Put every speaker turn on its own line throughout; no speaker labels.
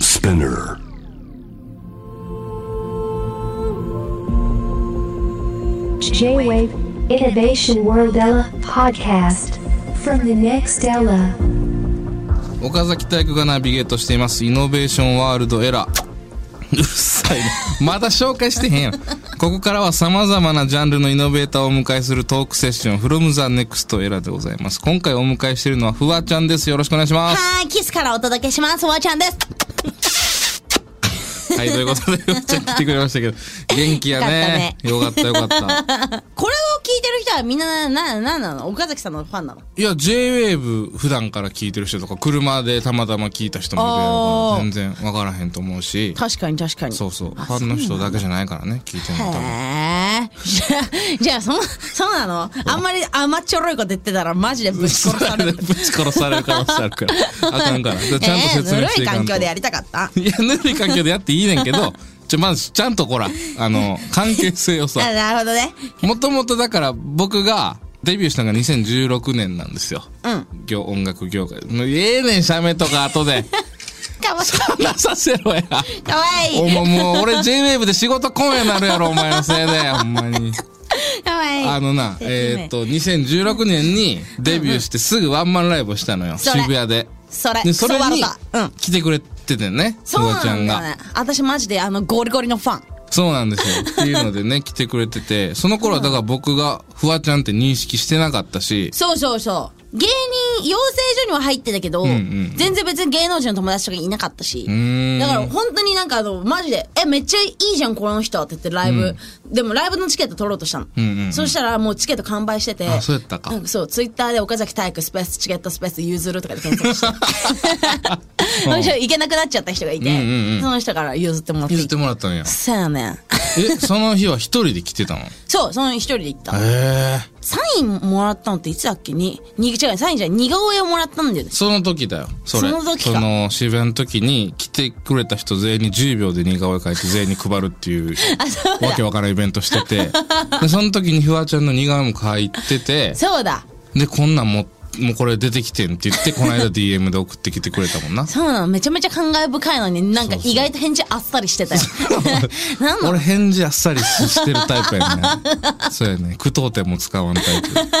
Spinner.
J-Wave Innovation World Ella Podcast from the next Ella
岡崎体育がナビゲートしていますイノベーションワールドエラーうっさいなまだ紹介してへんやんここからは様々なジャンルのイノベーターをお迎えするトークセッション from the next era でございます今回お迎えしているのはフワちゃんですよろしくお願いし ます
はーい、キスからお届けします。フワちゃんです。
はい、ということで、よっちゃん来てくれましたけど、元気やね。よかったよかった。
これを聞いてる人はみんな、な、な、なの岡崎さんのファンなの
いや、J-Wave 普段から聞いてる人とか、車でたまたま聞いた人もいるやろうから、
あ
全然わからへんと思うし、
確かに確かに。
そうそう、ファンの人だけじゃないからね、聞いてる
へ
の多分。
え。じゃあ、じゃあ、そ、そうなのあんまり甘っちょろいこと言ってたらマジでぶち殺される。
ぶち殺される可能性あるから。あかんから。ちゃんと説
えー
明
ぬ
し
る
てい
い
かん
環
と。
境でやりたかった。
いや、ぬるい環境でやっていいねんけど、ちょ、まず、ちゃんとほら、あ の、関係性をさ、
あなるほどね。
もともとだから僕がデビューしたのが2016年なんですよ。
うん。
業音楽業界。もうええねん、写メとか後 で。
かわい
出させろや。
い。かわい
お
い。
前もう俺 JWAVE で仕事来んやなるやろ、お前のせいで。ほんまに。
かわいい。
あのな、
説明
えーっと、2016年にデビューしてすぐワンマンライブをしたのよ。
それ
渋谷で。
それ、
で、それに
そう笑ったうん。
来てくれててね、フ
そう
ワちゃ
なんんだ
が。
ね。私マジであの、ゴリゴリのファン。
そうなんですよ。っていうので ね、来てくれてて、その頃はだから僕がフワちゃんって認識してなかったし、
そうそうそう。芸人、養成所には入ってたけど、
んうん
全然別に芸能人の友達とかいなかったし。
ーん
だから本当になんかあの、マジで、え、めっちゃいいじゃん、この人って言ってライブ。でもライブのチケット取ろうとしたの。
んうんうん
そしたらもうチケット完売してて。
あそうやったか
なんかそう、ツイッターで岡崎体育スペースチケットスペース譲るとかで検索 して。その人行けなくなっちゃった人がいて、
うんうんうん
その人から譲ってもらって。
譲ってもらったんや。
そうやねん。
え、その日は一人で来てたのへ
そう、その一人で行った。
え。
サインもらったのっていつだっけに、に、違う、サインじゃない、似顔絵をもらったんだよね。
その時だよ。それ。
その時か
その渋谷の時に来てくれた人全員に10秒で似顔絵描いて全員に配るって いうわけわからんイベントしてて。で、その時にフワちゃんの似顔絵も描いてて、
そうだ。
で、こんなんも、もうこれ出てきてんって言って、この間 DM で送ってきてくれたもんな。
そうなの。めちゃめちゃ感慨深いのに、なんか
そうそう
意外と返事あっさ りしてたよ。なんなの
俺返事あっさりししてるタイプやね。そうやね。句読点も使わんタイプ。
マジかマ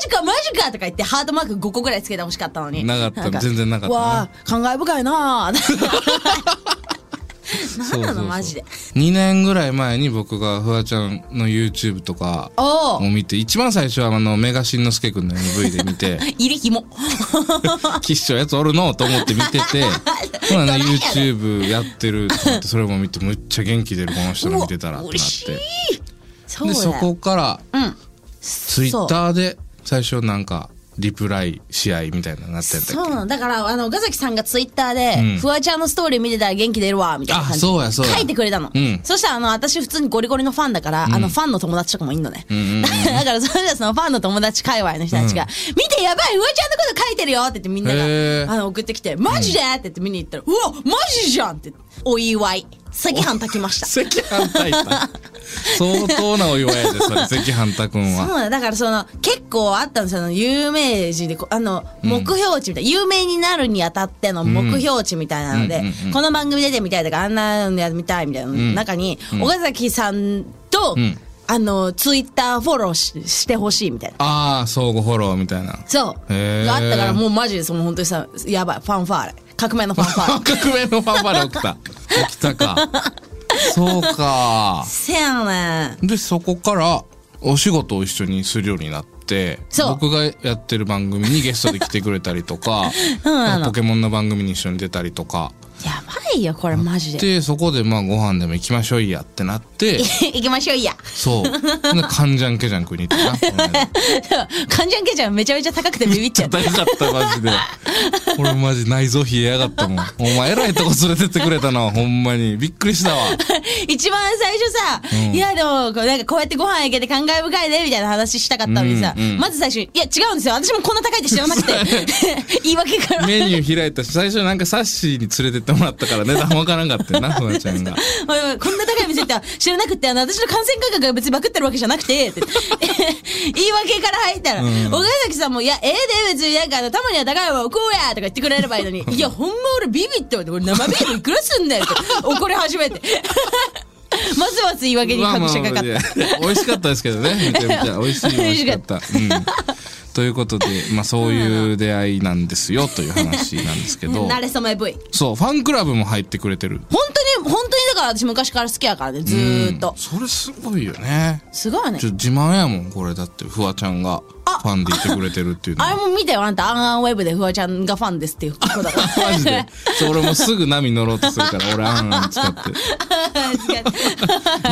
ジかマジかとか言って、ハートマーク5個ぐらいつけてほしかったのに。
なかった全然なかったな
わあ、感慨深 いなあ
そうそう
なんなのマジで。
2年ぐらい前に僕がフワちゃんの YouTube とか
おう
を見て、一番最初はあの、メガしんのすけくんの MV で見 て、
入り紐。
キッショやつおるのと思って見て て、ほらね、YouTube やってると思って、それも見て、むっちゃ元気出る、この人の見てたらってなっ
嬉しい
て。。
そうだ
で、
よ。
そこから、
うん。
Twitter で最初なんか、リプライ試合みたいなのなってんだっけ
そうなの。だから、あの、岡崎さんがツイッターで、
うん
フワちゃんのストーリー見てたら元気出るわ、みたいな感じで。
あそうやそうや
書いてくれたの。
うん
そしたら、あの、私普通にゴリゴリのファンだから、あの、ファンの友達とかもいんのね。
んうんうん
だから、そしたらそのファンの友達界隈の人たちが、見てやばいフワちゃんのこと書いてるよって言ってみんな
へー
が、あの、送ってきて、マジでって言って見に行ったら、うわ、マジじゃんって、お祝い。 赤飯炊きました。
赤飯炊いた。相当なお祝いやで、それ、赤飯炊くんは。
そうだ、だからその、結構あったんですよ、その有名人で、こあの、目標値みたいな、有名になるにあたっての目標値みたいなので、
うんうんうんうん
この番組出てみたいとか、あんなのやってみたいみたいなの中に、岡崎さんと、
ん
あの、ツイッターフォローししてほしいみたいな。
ああ、相互フォローみたいな。
そう。
へー
があったから、もうマジでその本当にさ、やばい、ファンファーレ。革命のファンファ ー
あ
レ。
革命のファンファーレ起きた。起きたか。 そうか。
せやねん。
で、そこから、お仕事を一緒にするようになって、
そう
僕がやってる番組にゲストで来てくれたりとか、
うんあの
ポケモンの番組に一緒に出たりとか。
やばいよ、これマジで。
で、そこでまあご飯でも行きましょういやってなって、
行きましょう、いいや。
そう。で、カンジャンケジャン食いに行ったなこの間。
カンジャンケジャンめちゃめちゃ高くてビビっちゃった。
大かった、マジで。俺マジ内臓冷えやがったもん。お前偉いとこ連れてってくれたな、ほんまに。びっくりしたわ。
一番最初さ、
うん
いやでもこうなんかこうやってご飯行けて感慨深いねみたいな話したかったのにさ、
うんうん
まず最初にいや違うんですよ 私もこんな高いって知らなくて言い訳から
メニュー開いたし、最初なんかサッシーに連れてってももらったから値段わからんかったよ な、フワちゃんが。
おいおいこんな高い店って知らなくって、あの、私の感染感覚が別にバクってるわけじゃなくて、って 言い訳から入ったら、
ん
岡崎さんも、いや、ええで別に、なんかあの、たまには高いわ、こうやとか言ってくれればいい のに、いや、ほんま俺ビビって、俺生ビールいくらすんだよって 怒り始めて。 ますます言い訳に
まあま
拍
あ
車かかっ
い
た
や。美味しかったですけどね、めちゃめちゃ。美味しい、美
美
味
味
し
し
か
か
っ。
った
うん。ということで、まあそういう出会いなんですよ、という話なんですけど。
慣れそめ V。
そう、ファンクラブも入ってくれてる。
本当に、本当にだから私昔から好きやからね、ずーっと
うん。それすごいよね。
すごいよね
ち。ょ自慢やもん、これだって、フワちゃんがファンでいてくれてるっていうの
あ
は
れも見てよ、あんた、アンアンウェブでフワちゃんがファンですっていうことだか ら。
マジで。 ちょ俺もすぐ波乗ろうとするから、俺あんあん使って。
違う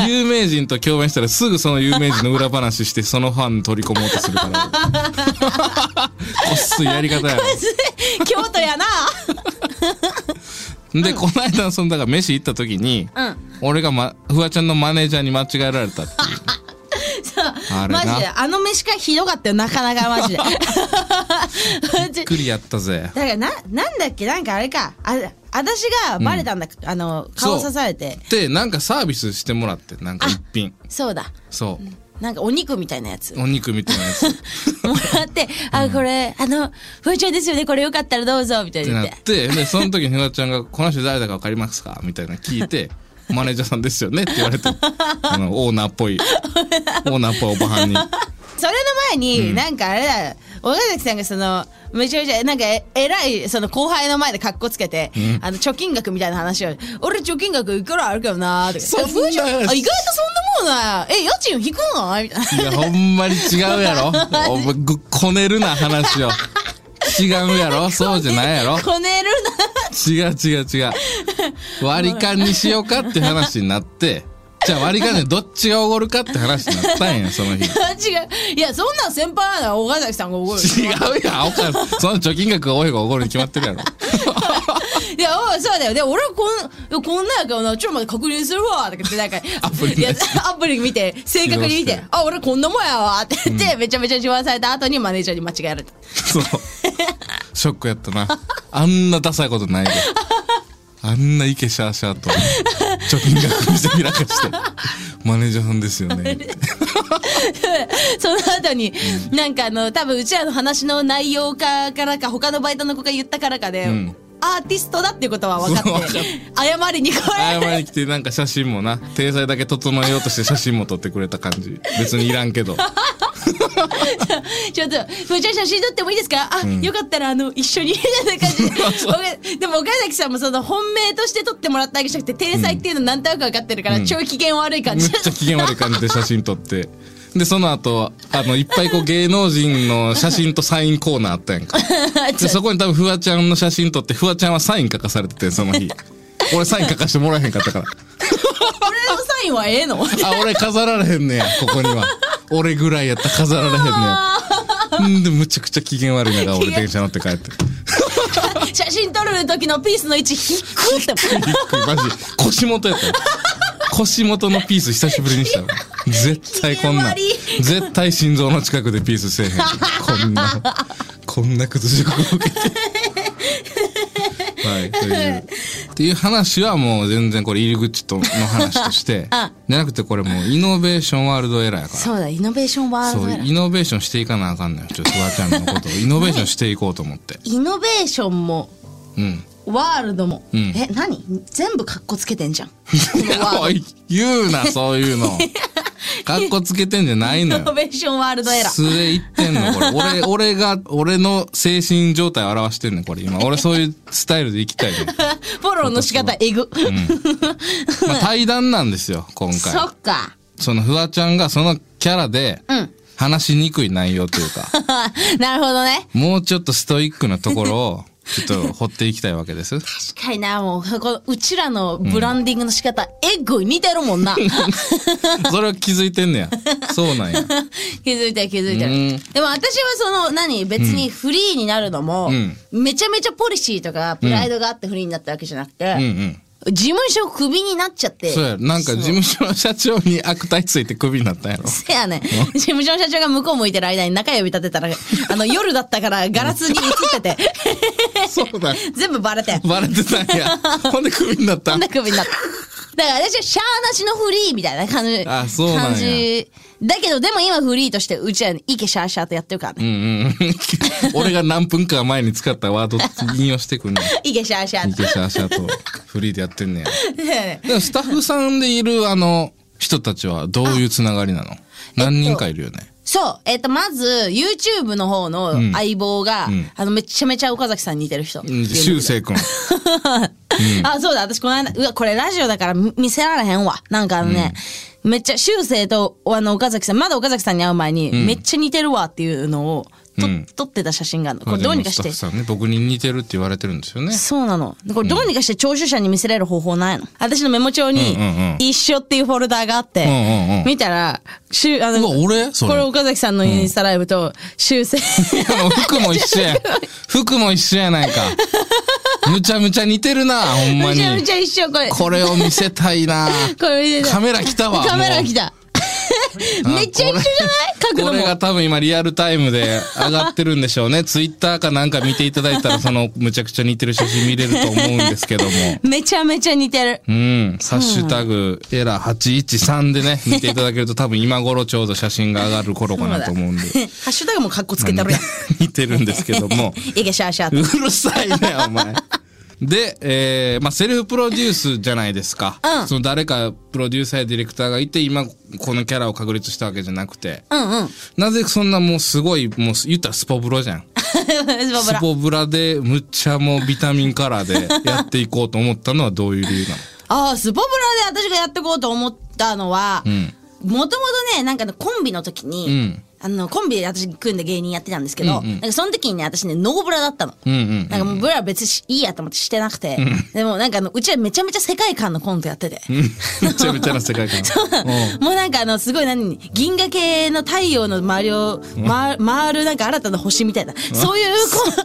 有名人と共演したらすぐその有名人の裏話して、そのファン取り込もうとする から。こっすいやり方やろ。
京都やな。
で、この間、その、だから飯行った時に、
うん
俺が、ま、フワちゃんのマネージャーに間違えられたっていう。あれな
マジで、あの飯会ひどかったよ、なかなかマジ で。
びっくりやったぜ。
だから、な、なんだっけ、なんかあれか、あ、私がバレたんだ、あの、顔
そう
刺されて。
で、なんかサービスしてもらって、なんか一品。
そうだ。
そう。
なんかお肉みたいなやつ。
お肉みたいなやつっ
もらって、あ、これ、あの、フワちゃんですよね、これよかったらどうぞ、みたい
て
な
な
言っ。
ってて、で、その時にフワちゃんが、この人誰だかわかりますかみたいなの聞いて、マネージャーさんですよねって言われて、あの、オーナーっぽ い、オーナーっぽいおばはんに。
それの前に、なんかあれだ、岡崎さんがその、めちゃめちゃ、なんかえ、えらい、その後輩の前で格好つけて、あの、貯金額みたいな話を、俺貯金額いくらあるけどなーとか。
そんな
フワちゃんあ意外とそんなもんな、え、家賃引くのみたいな。
いや、ほんまに違うやろ。お前、ぐこねるな、話を。違うやろそうじゃないやろ
こねる
違う違う違う。割り勘にしようかって話になって、じゃあ割り勘でどっちがおごるかって話になったんや、その日。
な違う。いや、そんなん先輩なの岡崎さんが怒る。
違うやん、おかその貯金額が多い方がおごるに決まってるやろ。
いや、おうそう だよ。で、俺はこんいや、こんなんやけどな、ちょっと待って確認するわ、とか言って、なんか、
アプリの
いや
やつ
アプリ見て、正確に見
指導して
て、あ、俺こんなもんやわ、って言って、めちゃめちゃ自慢された後にマネージャーに間違えられた。
そう。ショックやったな。あんなダサいことないで。あんなイケシャーシャーと、貯金額見せびらかして、マネージャーさんですよね。
その後に、なんかあの、多分うちらの話の内容か、からか、他のバイトの子が言ったからかで、
ん
アーティストだっていうことは 分か
そう
って、謝りに来られる。
謝り来てなんか写真もな体裁だけ整えようとして写真も撮ってくれた感じ別にいらんけど
ちょっと、フちゃん写真撮ってもいいですかあ、よかったら、あの、一緒に、 みたいな感じでおか。でも、岡崎さんもその、本命として撮ってもらったわけじゃなくて、天才っていうのなんとなく分かってるから、超機嫌悪い感
めっ
じ。
ちゃ機嫌悪い感じで写真撮ってでその後あのいっぱいこう芸能人の写真とサインコーナーあったやんかでそこに多分フワちゃんの写真撮ってフワちゃんはサイン書かされててその日俺サイン書かしてもらえへんかったから
俺のサインはええの
あ俺飾られへんねやここには俺ぐらいやったら飾られへんねやんでむちゃくちゃ機嫌悪い中俺電車乗って帰って
写真撮る時のピースの位置、低くっ
び
て。
っくり、マジ。腰元やったよ。腰元のピース久しぶりにしたよ。絶対こんなん。
ひげ割
絶対心臓の近くでピースせえへん。こんな、こんな屈辱を受けて。はい、という。っていう話はもう全然これ入り口との話と して、じゃなくてこれもうイノベーションワールドエラーやから。
そうだ、イノベーションワー
そ
ルド
う、
やら
イノベーションしていかなあかんのよ。ちょっとフワちゃんのことを。イノベーションしていこうと思って。
イノベーションも、
うん。
ワールドも。
ん
え、何全部カッコつけてんじゃん。
おい、言う な、そういうの。かっこつけてんじゃないの
イノ
よ。
ベーションワールドエラー。
素で言ってんの、これ。 俺、俺が、俺の精神状態を表してんの、これ今。俺そういうスタイルで生きたい の。
フォローの仕方、え ぐ。
まあ、対談なんですよ、今回。
そっか。
そのフワちゃんがそのキャラで
うん、
話しにくい内容という か、
なるほどね。
もうちょっとストイックなところを、ちょっと掘っていきたいわけです。
確かにな、もう、このうちらのブランディングの仕方、エッグ似てるもんな。
それは気づいてんねや。そう なんや。
気づいた気づいた。
うん
でも私はその、何、別にフリーになるのも、
ん
めちゃめちゃポリシーとか、プライドがあってフリーになったわけじゃなくて、
うんうん。
事務所クビになっちゃって。
そうや、なんか事務所の社長に悪態ついてクビになったんやろ。
せやねん。事務所の 社長が向こう向いてる間に中指立てたら、あの、夜だったからガラスに映ってて。
そうだよ。
全部バレてん。
バレてたん や。ほんでクビになった
こん。な首になった。だから私はシャーなしのフリーみたいな感じ。
あそうなんや
感じ。だけどでも今フリーとしてうちはイケシャーシャーとやってるから
う
ね。
んうん。俺が何分か前に使ったワード引用してくんねん。
イケシャーシャー
ニ
と。
ケシャーシャーとフリーでやってんねや。
え
でもスタッフさんでいるあの人たちはどういうつながりなの何人かいるよね。
そう。えっ、と、まず、YouTube の方の相棒が、
ん
あの、めちゃめちゃ岡崎さんに似てる人。
うんしゅうせいくん。
あ、そうだ、私この間、うわ、これラジオだから見見せられへんわ。なんかあのね、めっちゃ、修正と、あの、岡崎さん、まだ岡崎さんに会う前に、めっちゃ似てるわっていうのを、と、
うん
撮ってた写真があるの。これどうにかし
スタッ
て
フ。さんね、僕に似てるって言われてるんですよね。
そうなの。これどうにかして聴取者に見せれる方法ないの、私のメモ帳に
うんうんうん、
一緒っていうフォルダがあって、
うんうんうん
見たら、しゅ、あ
うわ、
の、
俺そ
こ
れ
れ。岡崎さんのインスタライブと、修正。
いやもう 服も一緒 や。服も一緒やないか。むちゃむちゃ似てるな、ほんま
め
に
ち。ゃめちゃ一緒、これ。
これを見せたいな。
これ見てた
カメラ来たわ。
カメラ
もう
来た。
あ
めっちゃ一緒じゃない
これ
角度
これが
も。
多分今リアルタイムで上がってるんでしょうね。ツイッターかなんか見ていただいたらそのむちゃくちゃ似てる写真見れると思うんですけども。
めちゃめちゃ似てる。
うん。ハッシュタグ、エラ813でね、見ていただけると多分今頃ちょうど写真が上がる頃かなと思うんで。
ハッシュタグもカッコつけてるやん。
似てるんですけども。
いけ、シャーシャー
う
と。
るさいね、お前。で、えー、まあ、セルフプロデュースじゃないですか。
うん
その誰かプロデューサーやディレクターがいて、今、このキャラを確立したわけじゃなくて。
うんうん。
なぜそんなもうすごい、もう言ったらスポブロじゃん。
スパブ
ス
ラ。
ポブラで、むっちゃもうビタミンカラーでやっていこうと思ったのはどういう理 由なの
ああ、スポブラで私がやってこうと思ったのは、
ん
もともとね、なんかのコンビの時に、
うん
あの、コンビで私組んで芸人やってたんですけど、なんかその時にね、私ね、ノーブラだったの。
うんうん。
なんかもうブラは別にいいやと思ってしてなくて、でもなんかあの、うちはめちゃめちゃ世界観のコントやってて。
めちゃめちゃな世界観。うん
もうなんかあの、すごい何、銀河系の太陽の周りを回る、回るなんか新たな星みたいな、そういう コ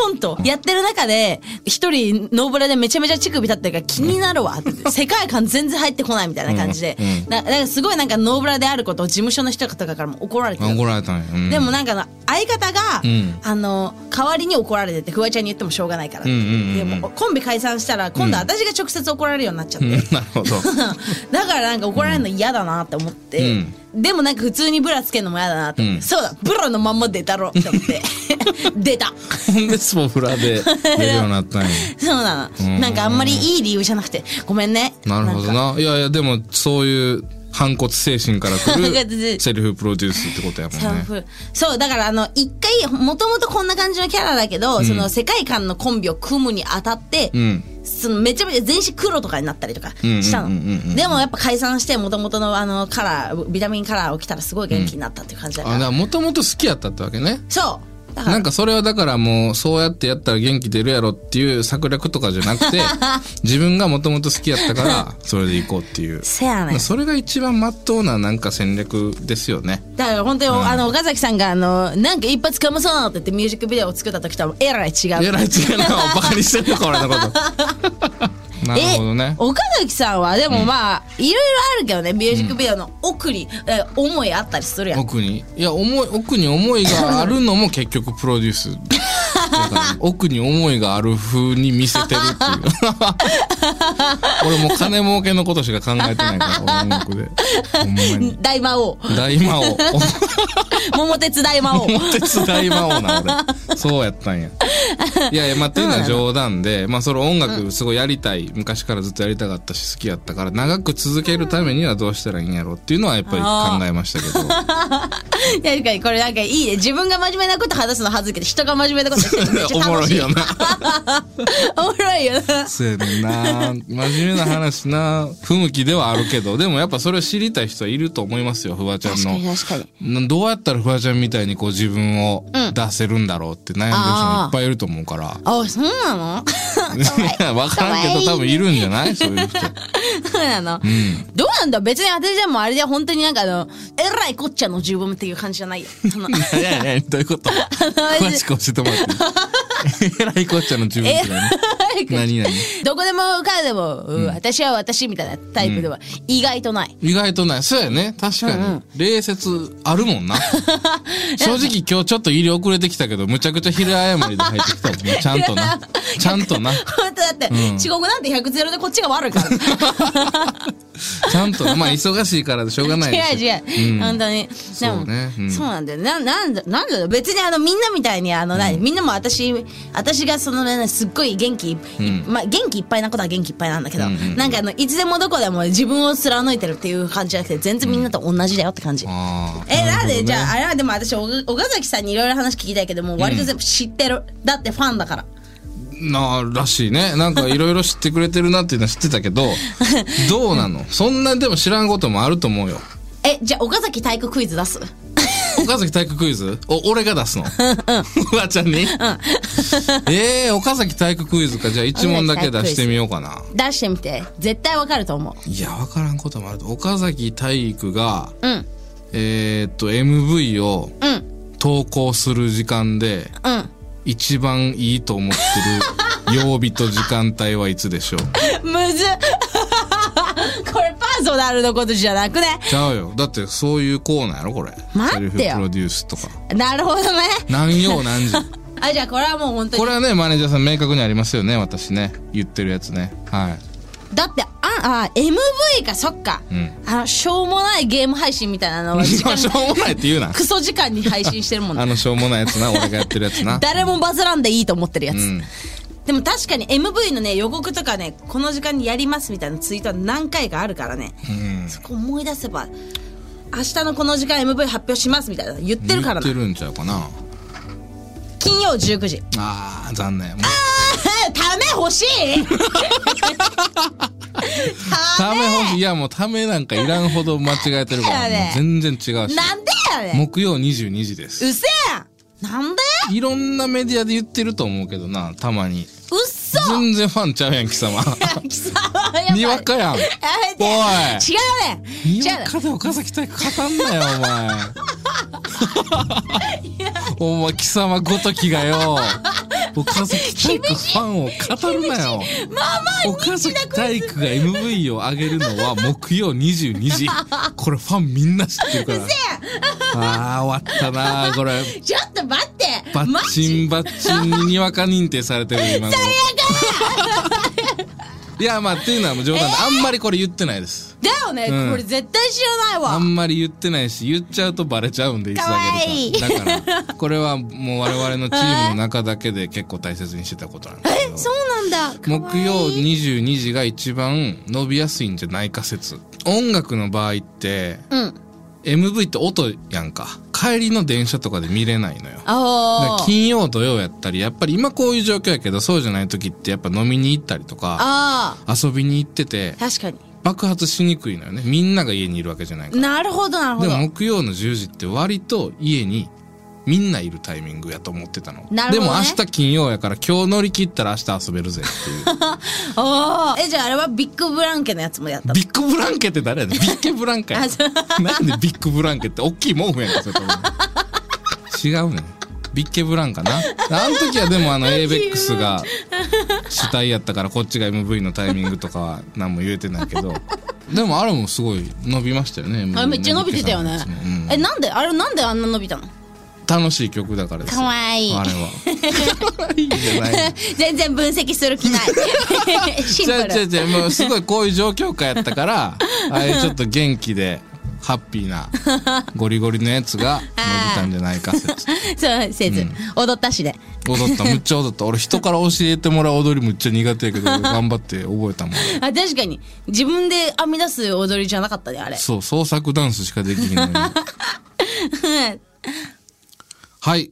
ンコントやってる中で、一人ノーブラでめちゃめちゃ乳首立ってるから気になるわ って、世界観全然入ってこないみたいな感じで、ななんかすごいなんかノーブラであることを事務所の人とかからも怒られて
あ
た。
怒られたんや。うん
でもなんかの相方が、
ん
あの代わりに怒られててフワちゃんに言ってもしょうがないからって、
うんうんうんうん
でもコンビ解散したら今度私が直接怒られるようになっちゃって、
うんなるほど。
だからなんか怒られるの嫌だなって思って、でもなんか普通にブラつけるのも嫌だなって思って、
うん
そうだブラのまんま出たろって思って 出た
ほんでスポブラで出るようにな ったんや。
そうなの、なんかあんまりいい理由じゃなくてごめんね
なるほど
んか
な。いやいや、でも、そういう反骨精神から来
反骨精
る
神
セルフプロデュースってことやもん
そう
ね。
そうだからあの一回もともとこんな感じのキャラだけど、その世界観のコンビを組むにあたって、
うん。
そのめちゃめちゃ全身黒とかになったりとか
んうんうんうん
したのでもやっぱ解散してもともとのあのカラービタミンカラーを着たらすごい元気になったっていう感じだ
あ、
か
だ
ら、
からもともと好きやったってわけね。
そうだから
なんかそれはだからもうそうやってやったら元気出るやろっていう策略とかじゃなくて自分がもともと好きやったからそれで行こうっていう
せやねん
それが一番真っ当ななんか戦略ですよね
だから本当に、あの岡崎さんがあのなんか一発かまそうって言ってミュージックビデオを作った時とはえらい違う
えらい違うなバカにしてるのか俺のことなるほどね
え岡崎さんはでもまあ、いろいろあるけどねミュージックビデオの奥に、え思いあったりするやん
奥にいや思い奥に思いがあるのも結局プロデュースだから奥に思いがある風に見せてるっていう俺もう金儲けのことしか考えてないから音楽でほんまに
大 魔王
大魔王
桃鉄大魔王
思ってつ大魔王な俺そうやったんやいやいやまあっていうのは冗談でまあその音楽すごいやりたい昔からずっとやりたかったし好きやったから長く続けるためにはどうしたらいいんやろっていうのはやっぱり考えましたけど
確かにこれなんかいいね自分が真面目なこと話すの恥ずけて人が真面目なこと言 ってるのめっち
お
ゃ
もろ
楽
い
しい
よな
おもろいよな
そうやねんな真面目な話な不向きではあるけどでもやっぱそれを知りたい人はいると思いますよフワちゃん
確か
の
に確かに
などうやったらフワちゃんみたいにこう自分を出せるんだろうって悩んでる人もいっぱいいると思うから
あそうなの
い や、わからんけど多分いるんじゃないそういう人。
そうなの、どうなんだ別に私でもあれで本当になんかあのえらいこっちゃの自分っていう感じじゃ ないよその
い やいやいや、どういうこと詳しく教えてもらっていい。えらいこっちゃの自分
え
くらいね。
早く。
何々
どこでもかでも、うん私は私みたいなタイプでは、意外とない。
意外とない。そうやね。確かに。
うんうん
礼節ある もんな。正直今日ちょっと入り遅れてきたけど、むちゃくちゃ昼誤りで入ってきたもん ね。ちゃんとな。ちゃんとな。
本当だって、遅刻なんて100ゼロでこっちが悪いから。
ちゃんとな。まあ忙しいからでしょうがないです
違う
よ
違う、
うん
本当にでも
そうねうん
そうなんだよななんだなんだろう別にあのみんなみたいにあの、何みんなも私私がそのねすっごい元気い、まあ元気いっぱいなことは元気いっぱいなんだけど、
うんうん
なんかあのいつでもどこでも自分を貫いてるっていう感じじゃなくて全然みんなと同じだよって感じ、
あー
えなんで、じゃあ
あ。
あれはでも私お岡崎さんにいろいろ話聞きたいけどもう割と全部知ってる、だってファンだから
なあ、らしいね。なんかいろいろ知ってくれてるなっていうのは知ってたけ ど、どうなのそんなでも知らんこともあると思うよ。
えじゃあ岡崎体育クイズ出す
岡崎体育クイズお、俺が出 すの。うわちゃんにええー、岡崎体育クイズか。じゃあ一問だけ出してみようかな。
出してみて絶対わかると思う
いや、わからんこともあると。岡崎体育が、
うん
えーっと、MV を
うん
投稿する時間で、
うん
一番いいと思 ってる曜日と時間帯はいつでしょう
むずっ これパーソナルのことじゃなくね
ちゃうよ。だってそういうコーナーやろ、これ。
待ってよ
セルフプロデュースとか。
なるほどね
何曜何 時。
あじゃあこれはもう本当に
これはね、マネージャーさん明確にありますよね、私ね。言ってるやつね。はい。
だってああ MV かそっか、
ん
あのしょうもないゲーム配信みたい なのは時間
しょうもないって言うな。
クソ時間に配信してるもん
あ
ね
のしょうもないやつな、俺がやってるやつな。
誰もバズらんでいいと思ってるや
う
つ、
ん
でも確かに MV のね予告とかねこの時間にやりますみたいなツイートは何回かあるからね、そこ思い出せば明日のこの時間 MV 発表しますみたいな言ってるからな
言ってるんちゃうかな。
金曜19時
あー、残念。もう
ため欲しい
た
た
め欲しい。い
め
や、もうためなんかいらんほど間違えてるから。
だよね
もう全然違うし。
なんでやねんう
木曜22時です。
せえなんで
いろんなメディアで言ってると思うけどな、たまに。
うっそ
全然ファンちゃうやん、貴様。
貴様はやっぱ
にわかやん。
やめて
おい
違うねん
に
違
わ
うねん
かで岡崎体育語んなよ、お前。お前、貴様ごときがよ。岡崎体育ファンを語るなよ。
まあまあ
岡崎体育が MV を上げるのは木曜22時。これファンみんな知ってるから。ああ、終わったなこれ。
ちょっと待って
バ
マ
ッ
ジ
チンバッチンににわか認定されてる今の。いや、まあっていうのはもう冗談で、あんまりこれ言ってないです。
だよね、
うん
これ絶対知らない
あ
わ
んまり言ってないし、言っちゃうとバレちゃうんで、いつだけでさ。だから、これはもう我々のチームの中だけで結構大切にしてたことなんです けど。
そうなんだ
木曜
に
22時が一番伸びやすいんじゃないか説。音楽の場合って、
うん
MV って音やんか。帰りの電車とかで見れないのよ。だから
あー
金曜土曜やったり、やっぱり今こういう状況やけど、そうじゃない時ってやっぱ飲みに行ったりとか、
あ
遊びに行ってて
ー、確かに
爆発しにくいのよね。みんなが家にいるわけじゃないから。
なるほどなるほ
で
ど
も木曜の10時って割と家にみんないるタイミングやと思ってたの。
なるほ
で
どね
も明日金曜やから今日乗り切ったら明日遊べるぜっていう。
あーえじゃああれはビッグブランケのやつもやったの
ビッグブランケって誰やねんビッケブランケや
あそう
なんでビッグブランケって大きい毛布やんか、それ多分違うねん。ビッケブランカな。あの時はでもあの ABEX が主体やったからこっちが MV のタイミングとかは何も言えてないけど。でもあれもすごい伸びましたよね。MV
あれめっちゃ伸びてたよね
のやつもうん
えなんであれなんであんな伸びたの
楽しい曲だからですよ。
かわいい
あれは。 かわいいじゃない。
全然分析する気 ない。シン
じゃ
プ
あじゃあ
ル。
じゃあもうすごいこういう状況下やったから、 ああいうちょっと元気で、ハッピーな、ゴリゴリのやつが伸びたんじゃないか説。
そう、せず、踊ったしで。
踊った、むっちゃ踊った。俺人から教えてもらう踊りむっちゃ苦手やけど、頑張って覚えたもん。
あ、確かに。自分で編み出す踊りじゃなかったね、あれ。
そう、創作ダンスしかできひん のに。はい。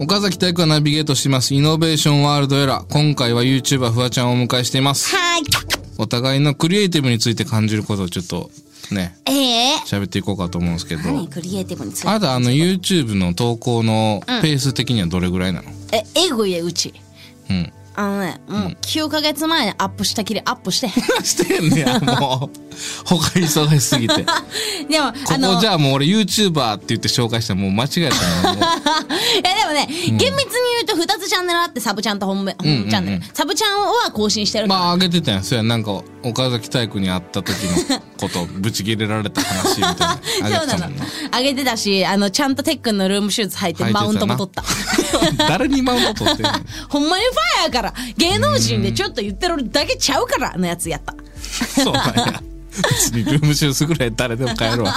岡崎体育がナビゲートします。イノベーションワールドエラー。今回は YouTuber フワちゃんをお迎えしています。
はい。
お互いのクリエイティブについて感じることをちょっとね、
ええ
喋っていこうかと思うんですけど。
何クリエイティブについ
あな
て。
た、あの、YouTube の投稿のペース的にはどれぐらいなの
え、エグいうち。
うん。
あのね、もう9ヶ月前にアップしたきりアップして。
してんねや、もう。 他忙しすぎて。こ
でも、あの、
こじゃあもう俺 YouTuber って言って紹介したらもう間違えたの。もう
いやでもね、厳密に言うと2つチャンネルあって、サブチャンと本命、本チャンネル。サブチャンは更新してる。
まあ上げてたやん。そうやん、なんか岡崎体育に会った時のこと、ぶち切れられた話みたいな。上げ
そう
て
な
たも
の
んな。。
あげてたし、あの、ちゃんとテックンのルームシューズ履いて、
履いてたな
マウントも取った。
誰にマウント取ってんの
ほんまにファイヤーから、芸能人でちょっと言ってるだけちゃうから、のやつやった。
そうなんや。別にルームシューズぐらい誰でも買え るわ。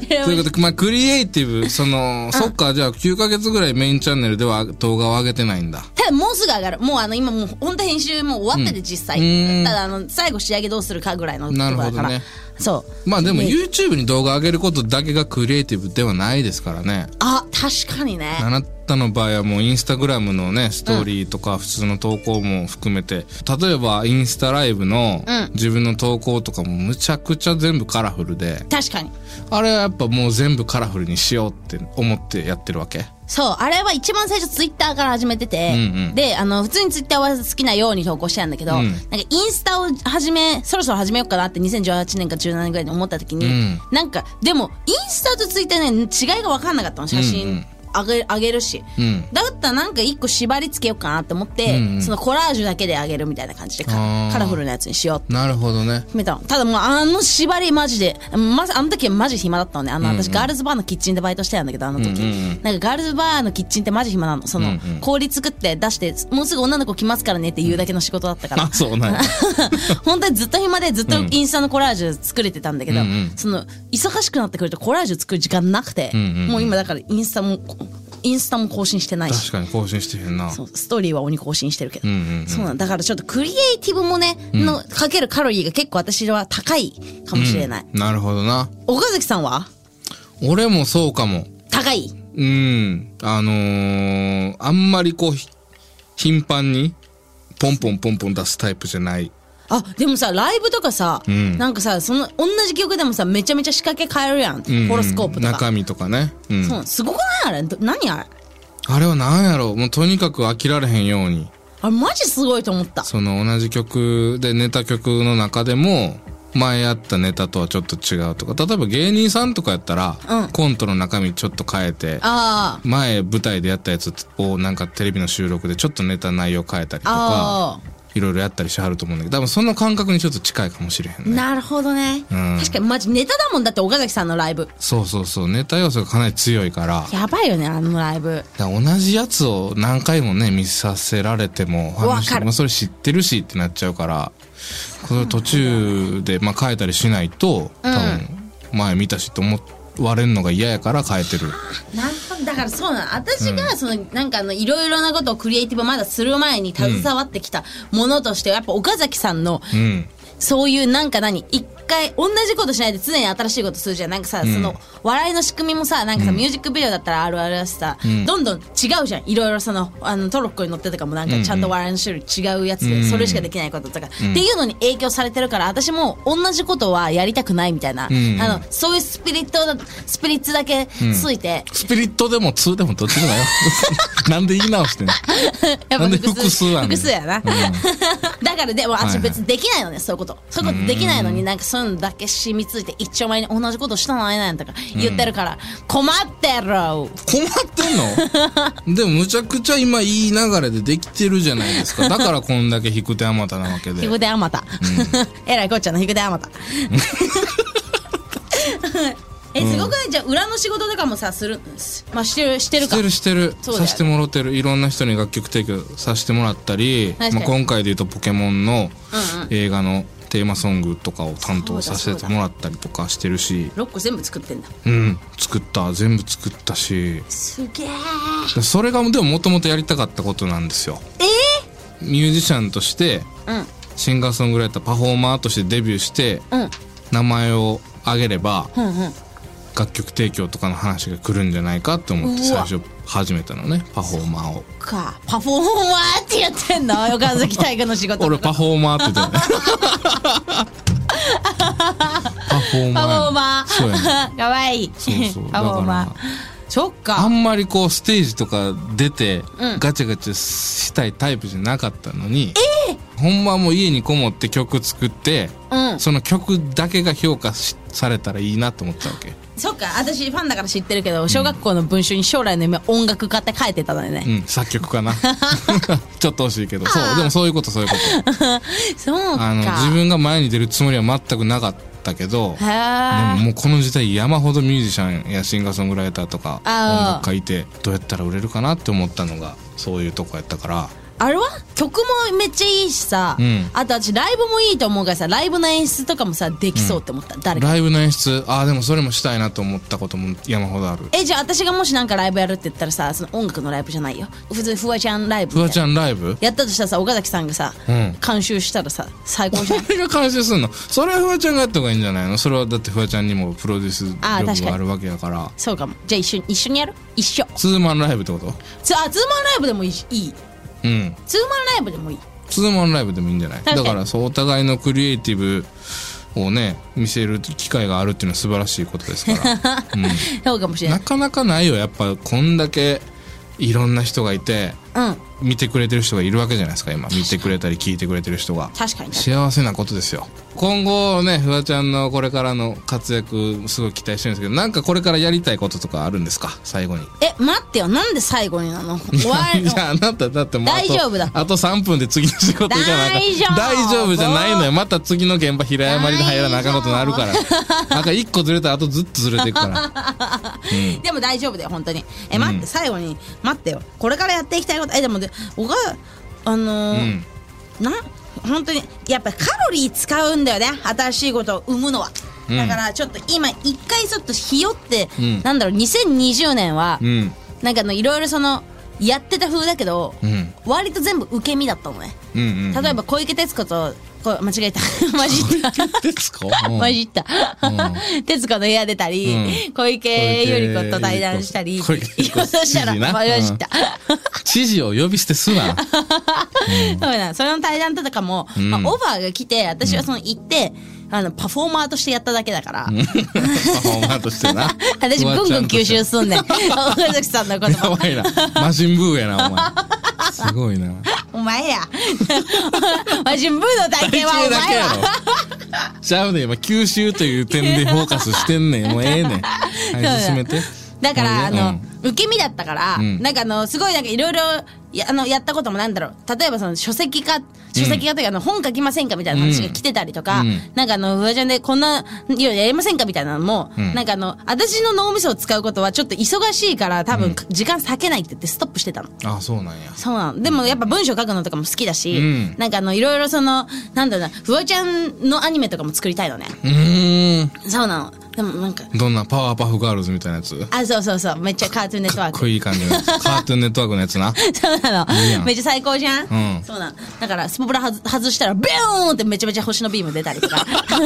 いや
ということで、まあ、クリエイティブ、その、そっか、じゃあ9ヶ月ぐらいメインチャンネルでは動画を上げてないんだ。
ただもうすぐ上がる。もうあの、今もう、本当編集もう終わってて、実際。
うん
ただ、あの、最後仕上げどうするかぐらいのところ
な
だ
るほ
か
ど
ら。
ね
そう。
まあでも
ね
YouTube に動画上げることだけがクリエイティブではないですからね。
あ、確かにね。
あなたの場合はもうインスタグラムのね、ストーリーとか普通の投稿も含めて、例えばインスタライブの
うん
自分の投稿とかもむちゃくちゃ全部カラフルで、
確かに。
あれはやっぱもう全部カラフルにしようって思ってやってるわけ
そう、あれは一番最初ツイッターから始めてて、
うんうん
で、あの、普通にツイッターは好きなように投稿してたんだけど、
うん
なんかインスタを始め、そろそろ始めようかなって2018年か17年ぐらいに思った時に、
うん
なんか、でも、インスタとツイッターね、違いが分かんなかったの、写
うんうん
真。あげあげるし、
うん
だったらなんか一個縛りつけようかなって思って、
うんうん
そのコラージュだけであげるみたいな感じでか
あー
カラフルなやつにしようって
なるほどね。
決めたのただもうあの縛りマジで、まずあの時はマジ暇だったのね。あの、私ガールズバーのキッチンでバイトしてたんだけど、あの
う
時。
んうんうん
なんかガールズバーのキッチンってマジ暇なの。その、
うんうん
氷作って出して、もうすぐ女の子来ますからねって言うだけの仕事だったから。
あ、そうなんや。
本当にずっと暇でずっとインスタのコラージュ作れてたんだけど、
うんうん
その忙しくなってくるとコラージュ作る時間なくて、
んうんうん
もう今だからインスタもインスタも更新してない
確
し
かに更新してへんな。
そうストーリーは鬼更新してるけど、
うんうんうん
そうなんだからちょっとクリエイティブもね、のかけるカロリーが結構私は高いかもしれない、
なるほどな。
岡崎さんは
俺もそうかも。
高い
うん。あのー、あんまりこう、ひ頻繁に、ポンポンポンポン出すタイプじゃない。
あでもさライブとかさ、
ん
なんかさその同じ曲でもさめちゃめちゃ仕掛け変えるやん、
うん
ホロスコープとか、
中身とかね。うん。
そうすごくないあれど何あれ
あれは何やろうもうとにかく飽きられへんように。
あれマジすごいと思った
その同じ曲でネタ曲の中でも、前やったネタとはちょっと違うとか。例えば芸人さんとかやったら、
うん
コントの中身ちょっと変えて、
あ
前舞台でやったやつをなんかテレビの収録でちょっとネタ内容変えたり
あ
とか、
ああ
いろいろやったりしはると思うんだけど、多分その感覚にちょっと近いかもしれへんね。
なるほどね、
うん
確かにマジネタだもんだって岡崎さんのライブ
そうそうそう、ネタ要素がかなり強いから、
やばいよねあのライブ
だから同じやつを何回もね、見させられても、ファンの人
わかる
もそれ知ってるしってなっちゃうから、これ途中で、まあ、変えたりしないと、多分、前見たしと思われるのが嫌やから変えてる。
なるほどだからそうなの私がその、なんかあのいろいろなことをクリエイティブまだする前に携わってきたものとしてはやっぱ岡崎さんの
うん。
そういうなんか何一回同じことしないで常に新しいことするじゃんなんかさ、その笑いの仕組みもさなんかさ、ミュージックビデオだったらあるあるだしさ、どんどん違うじゃんいろいろそのあのトロッコに乗ってとかもなんかちゃんと笑いの種類違うやつで、それしかできないこととか、っていうのに影響されてるから私も同じことはやりたくないみたいな、
ん
あのそういうスピリットスピリッツだけついて、
スピリットでも2でもどっちで もよ。なんで言い直してんの
やっ
な
ぱ
んで複数やねん
複数やな。 だからでも
はい
私
はい
別にできないのね、そういうこと。そういうことできないのになんかそういうのだけ染みついて一丁前に同じことしたのないなんとか言ってるから、困ってろ
困ってんのでもむちゃくちゃ今いい流れでできてるじゃないですか。だからこんだけ引く手あまたなわけで
ひ。ぐであまた。 えらいこっちゃんのひぐであまた。 え、すごくないじゃあ裏の仕事とかもさ、する、すまあしてる、してる
し
か
て。るしてる。
そうだ
さ
よ
してもろてる。いろんな人に楽曲提供させてもらったり、
確か
ま
に
あ、今回で言うとポケモンの
うんうん
映画のテーマソングとかを担当させてもらったりとかしてるし、
6個全部作ってんだ。
うん、作った。全部作ったし。
すげえ。
それがでももともとやりたかったことなんですよ。ミュージシャンとして、
うん。
シンガーソングライター、パフォーマーとしてデビューして、
うん。
名前を挙げれば、
うんうん。
楽曲提供とかの話が来るんじゃないかと思って
う
最
わ
初始めたのねパフォーマーを
か。パフォーマーって言ってんの 横崎大河の仕事。
俺パフォーマーって言ってたよね パフォーマー
パフォーマー。
そうやね
かわいい。
そうそう
パフォーマ
だから
そっ
あ
か。
んまりこうステージとか出て
うん
ガチャガチャしたいタイプじゃなかったのに、ほんまはもう家にこもって曲作って
うん。
その曲だけが評価しされたらいいなと思ったわけ、
そっか。私ファンだから知ってるけど、小学校の文集に将来の夢は音楽家って書いてたのよね
う。ん、作曲 かなちょっと惜しいけどそうでもそういうことそういうこと
そうか。
あの自分が前に出るつもりは全くなかったけど
へ
でも
ー
もうこの時代山ほどミュージシャンやシンガーソングライターとか
あー
音楽家いてどうやったら売れるかなって思ったのがそういうとこやったから
あれは曲もめっちゃいいしさ、
うん
あと私ライブもいいと思うからさライブの演出とかもさできそうって思った、誰か
ライブの演出ああでもそれもしたいなと思ったことも山ほどある
えじゃあ私がもしなんかライブやるって言ったらさその音楽のライブじゃないよ普通にフワちゃんライブ
フ
みたいな
ワちゃんライブ
やったとしたらさ岡崎さんがさ、
うん
監修したらさ最高じ ゃん
これが監修すんのそれはフワちゃんがやった方がいいんじゃないのそれはだってフワちゃんにもプロデュース
あー
力
確かに
があるわけだから
そうかもじゃあ一緒に一緒にやろう一緒
ツーマンライブってこと
つあツーマンライブでもいいしいい
うん
ツーマンライブでもいい
ツーマンライブでもいいんじゃない
確か
だ
に
からそうお互いのクリエイティブをね見せる機会があるっていうのは素晴らしいことです から、う
そうかもし
ん、
れな
ないかなかないよやっぱこんだけいろんな人がいて
うん
見てくれてる人がいるわけじゃないですか今見てくれたり聞いてくれてる人が
確かに
幸せなことですよ今後ねフワちゃんのこれからの活躍すごい期待してるんですけどなんかこれからやりたいこととかあるんですか最後に
え待ってよなんで最後になの終わる
いやあなただってもうあと
大丈夫だ
あと3分で次の仕事行かなあかん
大丈夫
大丈夫じゃないのよまた次の現場平山に入らなあかんことになるからなんか1個ずれたらあとずっとずれていく から
でも大丈夫だよ本当にえ待って、最後に待ってよこれからやっていきたいことえでもでおがあの
う
ー
ん
な本当にやっぱカロリー使うんだよね新しいことを生むのは、
うん
だからちょっと今一回ちょっと日よって、
うん
なんだろう2020年は、
うん
なんかあのいろいろそのやってた風だけど、
うん
割と全部受け身だったのね、
うんうん
例えば小池徹子とこ間違えた 混じった
徹子うん
混じった。徹子の部屋出たり、
うん
小池百合子と対談したり、
小池百合子
いいことしたら
知事な
混じった。
知事を呼び捨てすな
そうなのそれの対談とかも、
ん
まあ、オファーが来て、私はその行って、あの、パフォーマーとしてやっただけだから、
パフォーマーとしてな
私ぐんぐん吸収すんねん。 岡崎さんのこ と
や
も。
ばいな。マジンブーやな、お前。すごいな。
お前や。 マジンブーの体験はお前や。
ちゃうねん今、吸収という点でフォーカスしてんねん。もうええねん。
そう
は
だ
い、進めて。
だから、
も
あ
ういいよ
の、受け身だったから、
ん
なんかあの、すごいなんかいろいろ、や、あの、やったこともなんだろう。例えばその書籍化、書籍化というか、あの、本書きませんかみたいな話が来てたりとか、
うん
なんかあの、フワちゃんでこんな、いや、やりませんかみたいなのも、
ん
なんかあの、私の脳みそを使うことはちょっと忙しいから、多分、時間割けないって言ってストップしてたの。
ああ、そうなんや。
そうなの。でもやっぱ文章書くのとかも好きだし、
うん
なんかあの、いろいろその、なんだろうな、フワちゃんのアニメとかも作りたいのね。
うーん。
そうなの。でもなんか、
どんなパワーパフガールズみたいなやつか
あ、そうそうそう、めっちゃカートゥーンネットワー
っ
ク。
こいい感じのやつ。カートゥーンネットワークのやつな。
そうなの
いやん
めっちゃ最高じゃん、
うん
そうなのだからスポブラはず外したらビューンってめちゃめちゃ星のビーム出たりとか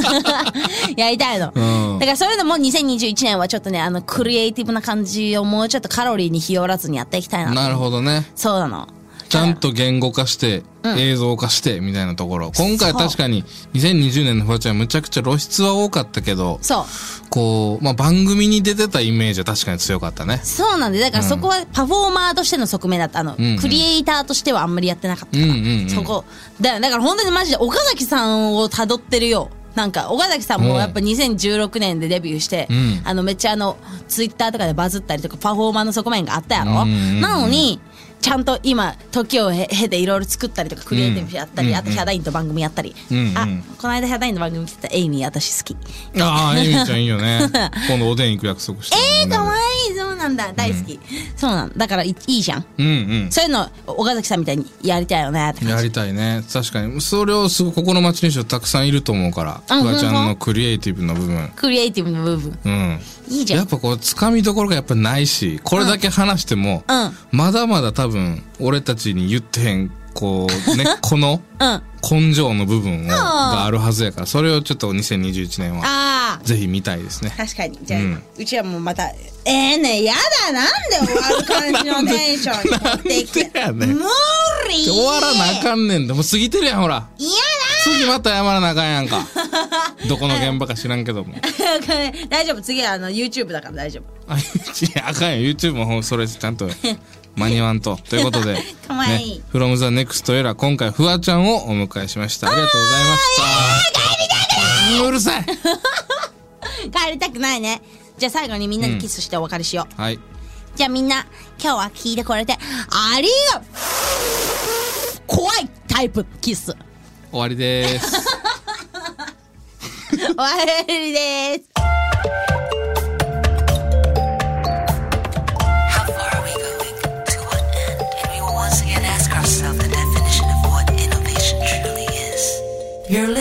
やりたいの、
うん
だからそういうのも2021年はちょっとねあのクリエイティブな感じをもうちょっとカロリーに日和らずにやっていきたいな
なるほどね。
そうなの
ちゃんと言語化して、映像化して、みたいなところ。今回確かに、2020年のフワちゃんむちゃくちゃ露出は多かったけど、
そう
こう、まあ、番組に出てたイメージは確かに強かったね。
そうなんでだからそこはパフォーマーとしての側面だったあの、
んうん
クリエイターとしてはあんまりやってなかったから、
うんうんうん
そこだからだから本当にマジで岡崎さんを辿ってるよなんか岡崎さんもやっぱ2016年でデビューして、
ん
あのめっちゃあのツイッターとかでバズったりとかパフォーマーの側面があったやろ、
うんうんうん
なのにちゃんと今時をへ経ていろいろ作ったりとかクリエイティブやったり、
うん
あとヒャダインと番組やったり、
うんうん
あこの間ヒャダインの番組来てたエイミー私好き
あ あ、エミちゃんいいよね。今度おでん行く約束して。ええ
かわいいそうなんだ大好き、そうなんだからいいいじゃん
うんうん。
そういうの岡崎さんみたいにやりたいよねって
や
感じ
りたいね。確かに。それをすごい、ここの町の人たくさんいると思うから。
あ
フワちゃん
ほん
の
と
クリエイティブの部分。
クリエイティブの部分
うん。
いいじゃ
や
ん
っぱこう、つかみどころがやっぱないし、これだけ話しても、
うん
まだまだ多分、俺たちに言ってへん、こう、 ね、この、
うんあ
根性の部分をがあるはずやから、それをちょっと2021年は、
あ
ぜひ見たいですね。
確かにじゃあ、
う
うんちはもうまたええねやだなんで終わる感じのテンションに持ってい
なんでやね
け
ん
無理
終わらなあかんねんでもう過ぎてるやん、ほら。
嫌
次また謝らなあかんやん か。どこの現場か知らんけども。
大丈夫次はあの YouTube だから大丈夫
あ、いや あかんよ。YouTube もそれちゃん と間に合わんと。ということで、
かわいい
ね、from the next era、今回、フワちゃんをお迎えしました。ありがとうございました。うるさい
帰りたくないねじゃあ最後にみんなにキスしてお別れしよう、
はい。
じゃあみんな今日は聞いてこれてありがとう怖いタイプキ ス
終わりです。
終わりです
You're